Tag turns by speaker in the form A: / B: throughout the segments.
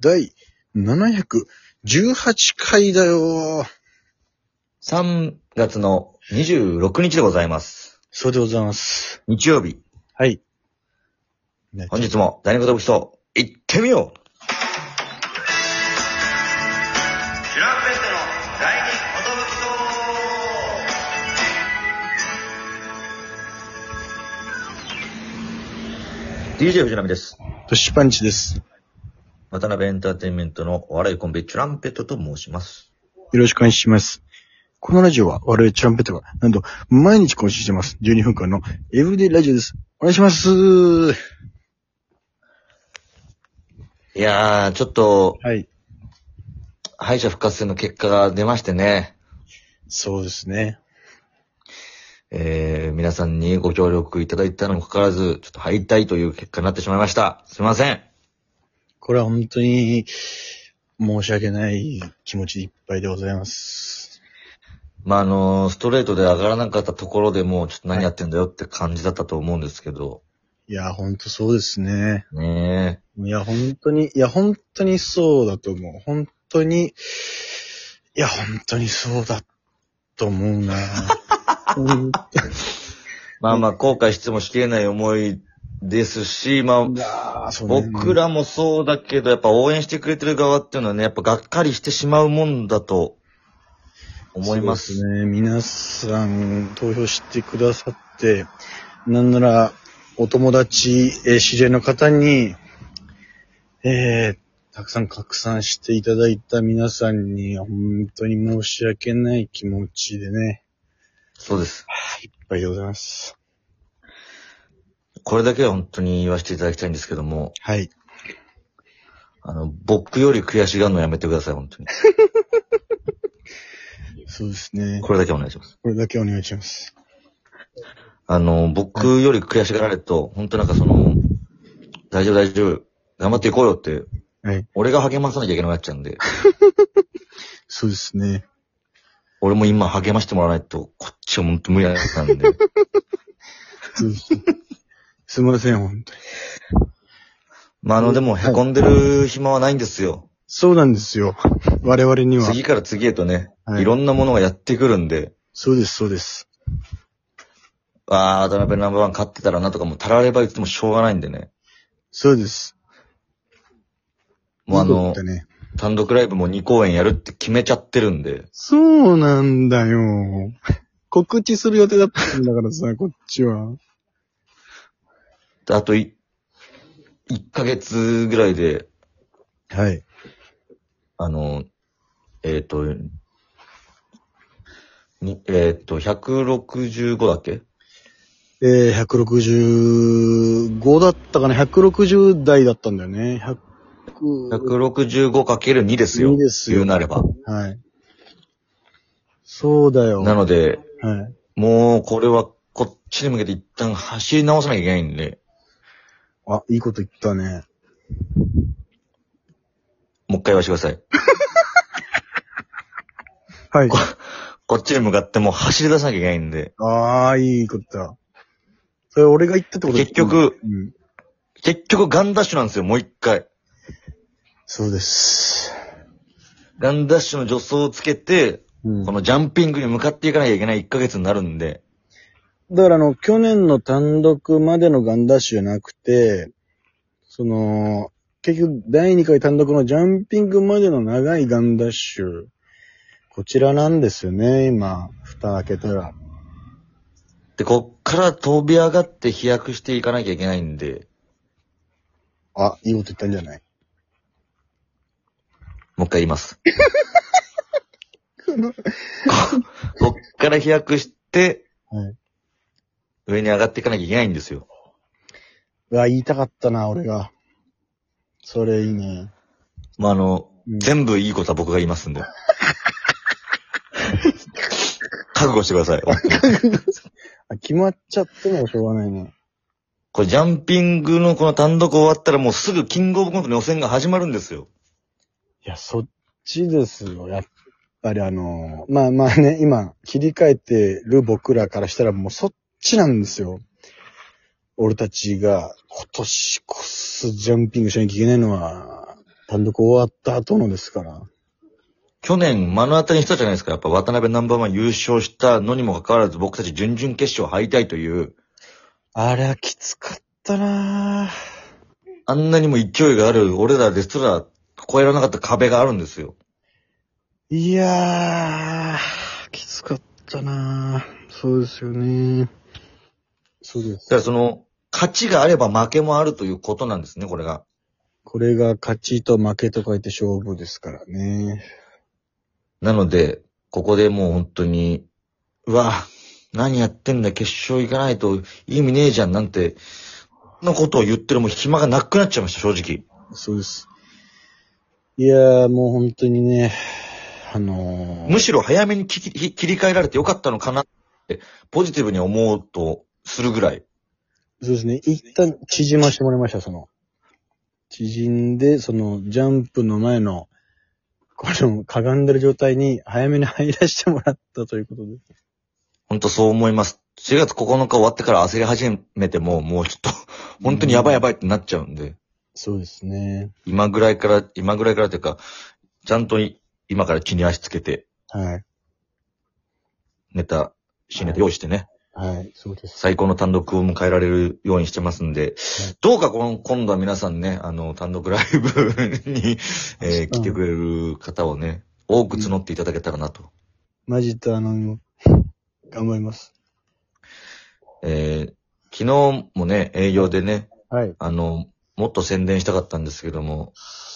A: 第718回だよ
B: 3月の26日でございます。
A: そうでございます。
B: 日曜日。
A: はい。
B: 本日も第二言武器と行ってみようシュランペットの第二言武器と DJ 藤波です。
A: トシパンチです。
B: 渡辺エンターテインメントのお笑いコンビ、チュランペットと申します。
A: よろしくお願いします。このラジオは我々チャンペットが、なんと、毎日更新してます。12分間のエブリデイラジオです。お願いしますはい
B: やー、ちょっと、
A: い。
B: 敗者復活戦の結果が出ましてね。
A: そうですね。
B: えー、皆さんにご協力いただいたのにもかかわらず、ちょっと敗退という結果になってしまいました。すいません。
A: これは本当に、申し訳ない気持ちでいっぱいでございます。
B: まあ、あのーストレートで上がらなかったところでもう、ちょっと何やってんだよって感じだったと思うんですけど、
A: いや、本当そうですね。
B: ね
A: いや、本当に、いや、本当にそうだと思う。本当に、いや、本当にそうだと思う な本
B: え。まあまあ、後悔してもしきれない思いですし、まあ
A: 当、だそうね
B: 僕らもそうだけど、やっぱ応援してくれてる側っていうのはね、やっぱがっかりしてしまうもんだと思いま
A: そ
B: す。
A: うでね。皆さん、投票してくださって、なんなら、お友達、えー知り合いの方に、えーたくさん拡散していただいた皆さんに、本当に申し訳ない気持ちでね、
B: そうです。
A: いっぱいでございます。
B: これだけは本当に言わせていただきたいんですけども、
A: はい。
B: あの、僕より悔しがるのやめてください、本当に。
A: そうですね。
B: これだけお願いします。
A: これだけお願いします。
B: あの、僕より悔しがられると、本当なんかその、大丈夫大丈夫、頑張っていこうよって、
A: はい。
B: 俺が励まさなきゃいけなくなっちゃうんで、
A: そうですね。
B: 俺も今励ましてもらわないと、こっちは本当無理なん で、
A: そうですねすいません、本当に。
B: まああの、でも凹んでる暇はないんですよ。
A: そうなんですよ。我々には。
B: 次から次へとね、
A: はい
B: いろんなものがやってくるんで、
A: そうです、そうです。
B: ああ、渡辺ナンバーワン勝ってたらなとかもうたられば言ってもしょうがないんでね。
A: そうです。
B: もうあ
A: そうだ
B: の
A: った、ね
B: 単独ライブも2公演やるって決めちゃってるんで、
A: そうなんだよ。 告知する予定だったんだから さ、こっちは。
B: あとい、1ヶ月ぐらいで、
A: はい。
B: あの、えっ、と、にえっ、と、165だっけ
A: えー、165だったかな ?160 台だったんだよね。100、
B: ?165×2 ですよ。
A: 2ですよ
B: 言うなれば。
A: はい。そうだよ。
B: なので、
A: はい。
B: もうこれはこっちに向けて一旦走り直さなきゃいけないんで、
A: あ、いいこと言ったね。
B: もう一回言わせてください。
A: はい。
B: こっちに向かってもう走り出さなきゃいけないんで、
A: ああ、いいことだ。それ俺が言ったってこと
B: 結局、
A: うん。
B: 結局ガンダッシュなんですよ、もう一回。
A: そうです。
B: ガンダッシュの助走をつけて、
A: うん
B: このジャンピングに向かっていかなきゃいけない1ヶ月になるんで、
A: だからあの、去年の単独までのガンダッシュじゃなくて、その、結局第2回単独のジャンピングまでの長いガンダッシュ、こちらなんですよね、今、蓋開けたら。
B: で、こっから飛び上がって飛躍していかなきゃいけないんで、
A: あ、いいこと言ったんじゃない
B: もう一回言います。ここっから飛躍して、
A: はい。
B: 上に上がっていかなきゃいけないんですよ。
A: うわ、言いたかったな、俺が。それいいね。
B: まあ、あの、
A: うん
B: 全部いいことは僕が言いますんで。覚悟してください。
A: あ、決まっちゃってもしょうがないね。
B: これジャンピングのこの単独終わったらもうすぐキングオブコントの予選が始まるんですよ。
A: いや、そっちですよ。やっぱりあのーまあまあね、今、切り替えてる僕らからしたらもうそっちなんですよ。俺たちが今年こそジャンピングしなきゃいけないのは、単独終わった後のですから。
B: 去年目の当たりにしたじゃないですか。やっぱ渡辺ナンバーワン優勝したのにもかかわらず僕たち準々決勝敗退という、
A: あれはきつかったなぁ。
B: あんなにも勢いがある俺らですら超えられなかった壁があるんですよ。
A: いやー、きつかったなぁ。そうですよね。そうで
B: だ
A: す。
B: からその、勝ちがあれば負けもあるということなんですね、これが。
A: これが勝ちと負けと書いて勝負ですからね。
B: なので、ここでもう本当に、うわ、何やってんだ、決勝行かないと意味ねえじゃん、なんて、のことを言ってるもう暇がなくなっちゃいました、正直。
A: そうです。いやー、もう本当にね、あのー、
B: むしろ早めに切り切り替えられてよかったのかなって、ポジティブに思うとするぐらい。
A: そうですね。一旦縮ましてもらいました、その。縮んで、その、ジャンプの前の、この、かがんでる状態に早めに入らしてもらったということで。
B: ほんとそう思います。4月9日終わってから焦り始めても、もうちょっと、本当にやばいやばいってなっちゃうんで、
A: そうですね。
B: 今ぐらいから、今ぐらいからというか、ちゃんとい今から地に足つけて、
A: はい。
B: ネタ、新ネタ用意してね。
A: はい、そうです。
B: 最高の単独を迎えられるようにしてますんで、どうかこの、今度は皆さんね、あの、単独ライブに、えー来てくれる方をね、多く募っていただけたらなと。
A: マジとあの、 頑張ります。
B: えー昨日もね、営業でね、
A: はい。
B: あの、もっと宣伝したかったんですけども、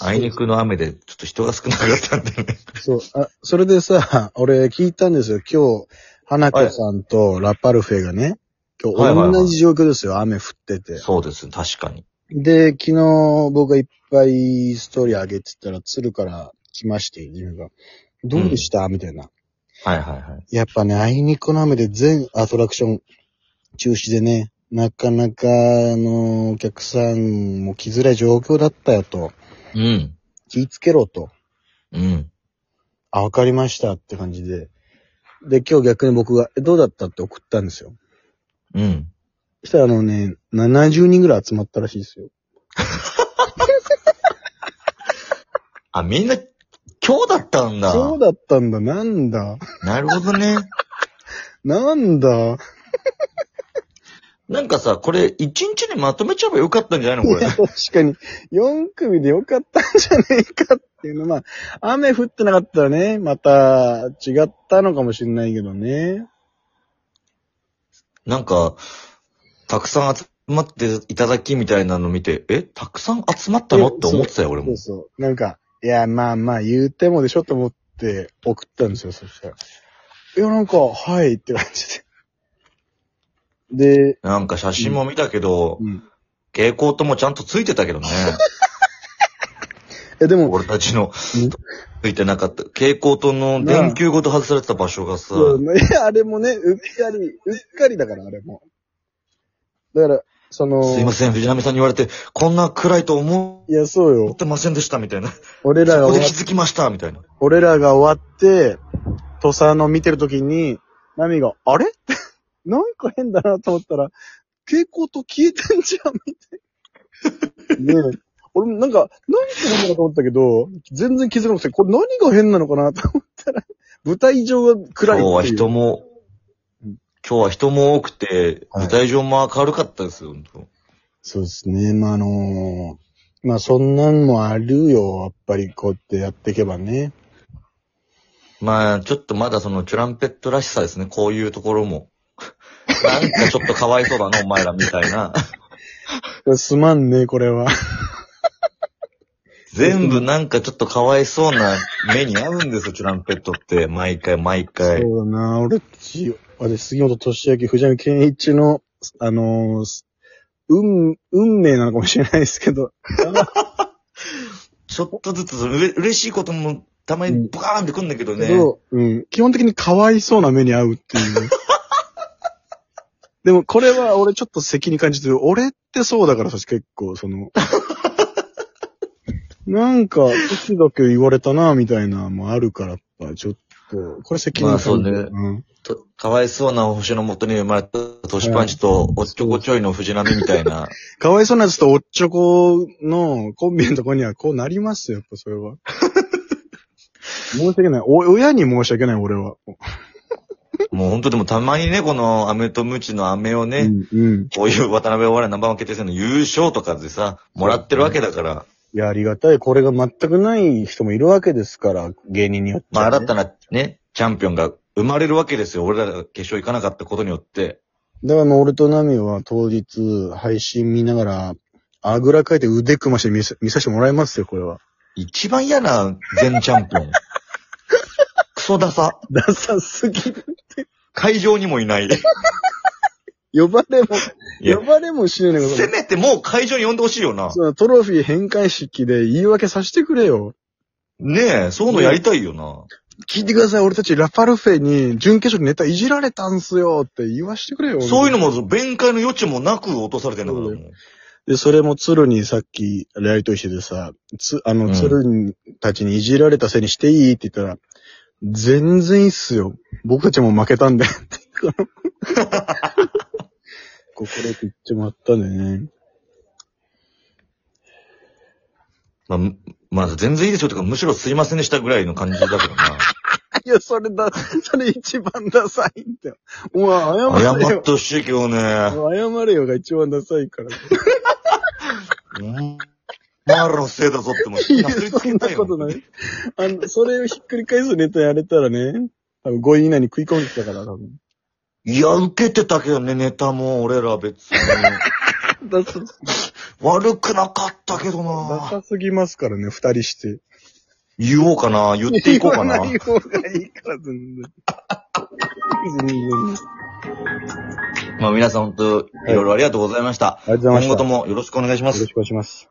B: あいにくの雨でちょっと人が少なかったんでね。
A: そう、あ、それでさ、 俺聞いたんですよ。今日、花子さんとラパルフェがね、今
B: はいはいは
A: 日
B: い
A: 同じ状況ですよ。雨降ってて。
B: そうです、確かに。
A: で、昨日僕がいっぱいストーリー上げてたら、鶴から来まして、自分が。どうでした、みたいな。
B: はいはいはい。
A: やっぱね、あいにくの雨で全アトラクション中止でね、なかなか、あの、お客さんも来づらい状況だったよと。
B: うん。
A: 気ぃつけろと。
B: うん。
A: あ、わかりましたって感じで。で、今日逆に僕が、え、どうだったって送ったんですよ。
B: うん。
A: そしたらあのね、70人ぐらい集まったらしいですよ。
B: あ、みんな、今日だったんだ。
A: そうだったんだ、なんだ、
B: なるほどね。
A: なんだ。
B: なんかさ、これ、一日にまとめちゃえばよかったんじゃないのこれ。
A: 確かに、4組でよかったんじゃねえかっていうのは、まあ、雨降ってなかったらね、また違ったのかもしれないけどね。
B: なんか、たくさん集まっていただきみたいなの見て、え、たくさん集まったのって思ってたよ、俺
A: そ
B: も
A: う。そう。なんか、いや、まあまあ言うてもでしょと思って送ったんですよ、そしたら。いや、なんか、はいって感じで。で、
B: なんか写真も見たけど、
A: うん。
B: 蛍光灯もちゃんとついてたけどね。
A: え、でも、
B: 俺たちの
A: うん、
B: ついてなかった。蛍光灯の電球ごと外されてた場所が さ、
A: そういや、あれもね、うっかり、うっかりだから、あれも。だから、その、
B: すいません、藤波さんに言われて、こんな暗いと思
A: いや、そうよ
B: っ。てませんでした、みたいな。
A: 俺らが
B: ここ
A: 終
B: で
A: わっ
B: 気づきました、みたいな。
A: 俺らが終わって、土佐の見てる時に、ナミが、あれ なんか変だなと思ったら、蛍光灯消えてんじゃん、みた いな。ねえ。俺もなんか、何が変だなと思ったけど、全然気づかなくて、これ何が変なのかなと思ったら、舞台上が暗
B: 今
A: いっていう。
B: 日は人も
A: うん、
B: 今日は人も多くて、
A: はい
B: 舞台上も明るかったですよ、本当
A: そうですね。まあ、あのーまあ、そんなんもあるよ。やっぱりこうやってやっていけばね。
B: まあ、ちょっとまだそのチュランペットらしさですね、こういうところも。 なんかちょっとかわいそうだな、お前らみたいな。
A: すまんね、これは。
B: 全部なんかちょっとかわいそうな目に合うんですよ、チュランペットって。毎回毎回。
A: そうだな。俺たち、私、杉本敏明、藤波健一の、あのーす運、運命なのかもしれないですけど、
B: ちょっとずつ、うれ嬉しいこともたまにブカーンってくんだけどね。
A: けどうん、基本的にかわいそうな目に遭うっていう。 でも、これは俺ちょっと責任感じてる。俺ってそうだから、私結構、そ の、なんか、時々言われたな、みたいなのもあるから、やっぱ、ちょっと、これ責任感
B: まあそうね
A: うん。
B: とかわいそうな星のもとに生まれたトシパンチとおっちょこちょいの藤波みた いな。
A: かわいそうなやつとおっちょこのコンビのとこにはこうなりますよ、やっぱそれ は。申し訳ない。お、親に申し訳ない、俺は。
B: もう本当でもたまにね、このアメとムチのアメをね、
A: うん、うん。
B: こういう渡辺お笑いナンバーワン決定戦の優勝とかでさ、もらってるわけだから、
A: いや、ありがたい。これが全くない人もいるわけですから、芸人によって、
B: まあ新
A: だ。
B: たなね、チャンピオンが生まれるわけですよ。俺らが決勝行かなかったことによって。
A: からもう俺とナミは当日配信見ながら、あぐらかいて腕組まして見せ見させてもらいますよ、これは。
B: 一番嫌な全チャンピオ ン。クソダサ。
A: ダサすぎる。
B: 会場にも いない。
A: 呼ばれも、
B: いや
A: 呼ばれもしないの
B: せめてもう会場に呼んでほしいよな。
A: そのトロフィー返還式で言い訳させてくれよ。
B: ねえ、そういうのやりたいよな。
A: 聞いてください、俺たちラパルフェに準決勝でネタいじられたんすよって言わしてくれよ。
B: そういうのも弁解の余地もなく落とされてんだから
A: そうだ
B: もう
A: で、それも鶴にさっきやりとりしててさ、つ、あ
B: う
A: の、
B: ん
A: 鶴たちにいじられたせいにしていいって言ったら、全然いいっすよ。僕たちも負けたん で。ここで言ってもらったんでね。
B: まあむ、まあ全然いいですよとか、むしろすいませんでしたぐらいの感じだけどな。
A: いや、それだ、それ一番ダサいんだよ。お前、謝れ
B: 謝っ
A: よ。
B: てほしいけどね。
A: 謝れよが一番ダサいから。
B: うんマロのせいだぞってもう、
A: いや、そんなことない。あの、それをひっくり返すネタやれたらね、多分5位以内に食い込んできたから、多分。
B: いや、受けてたけどね、ネタも、俺ら別に。
A: ダサ、
B: 悪くなかったけど
A: ダ
B: な
A: サすぎますからね、二人して。
B: 言おうかな言っていこうかな
A: 言わない方がいいから、全然。全然。
B: まあ皆さん本当、いろいろありがとうございました。
A: ありがとうございました。
B: 今後ともよろしくお願いしま
A: よろ
B: す
A: し。くお願いします。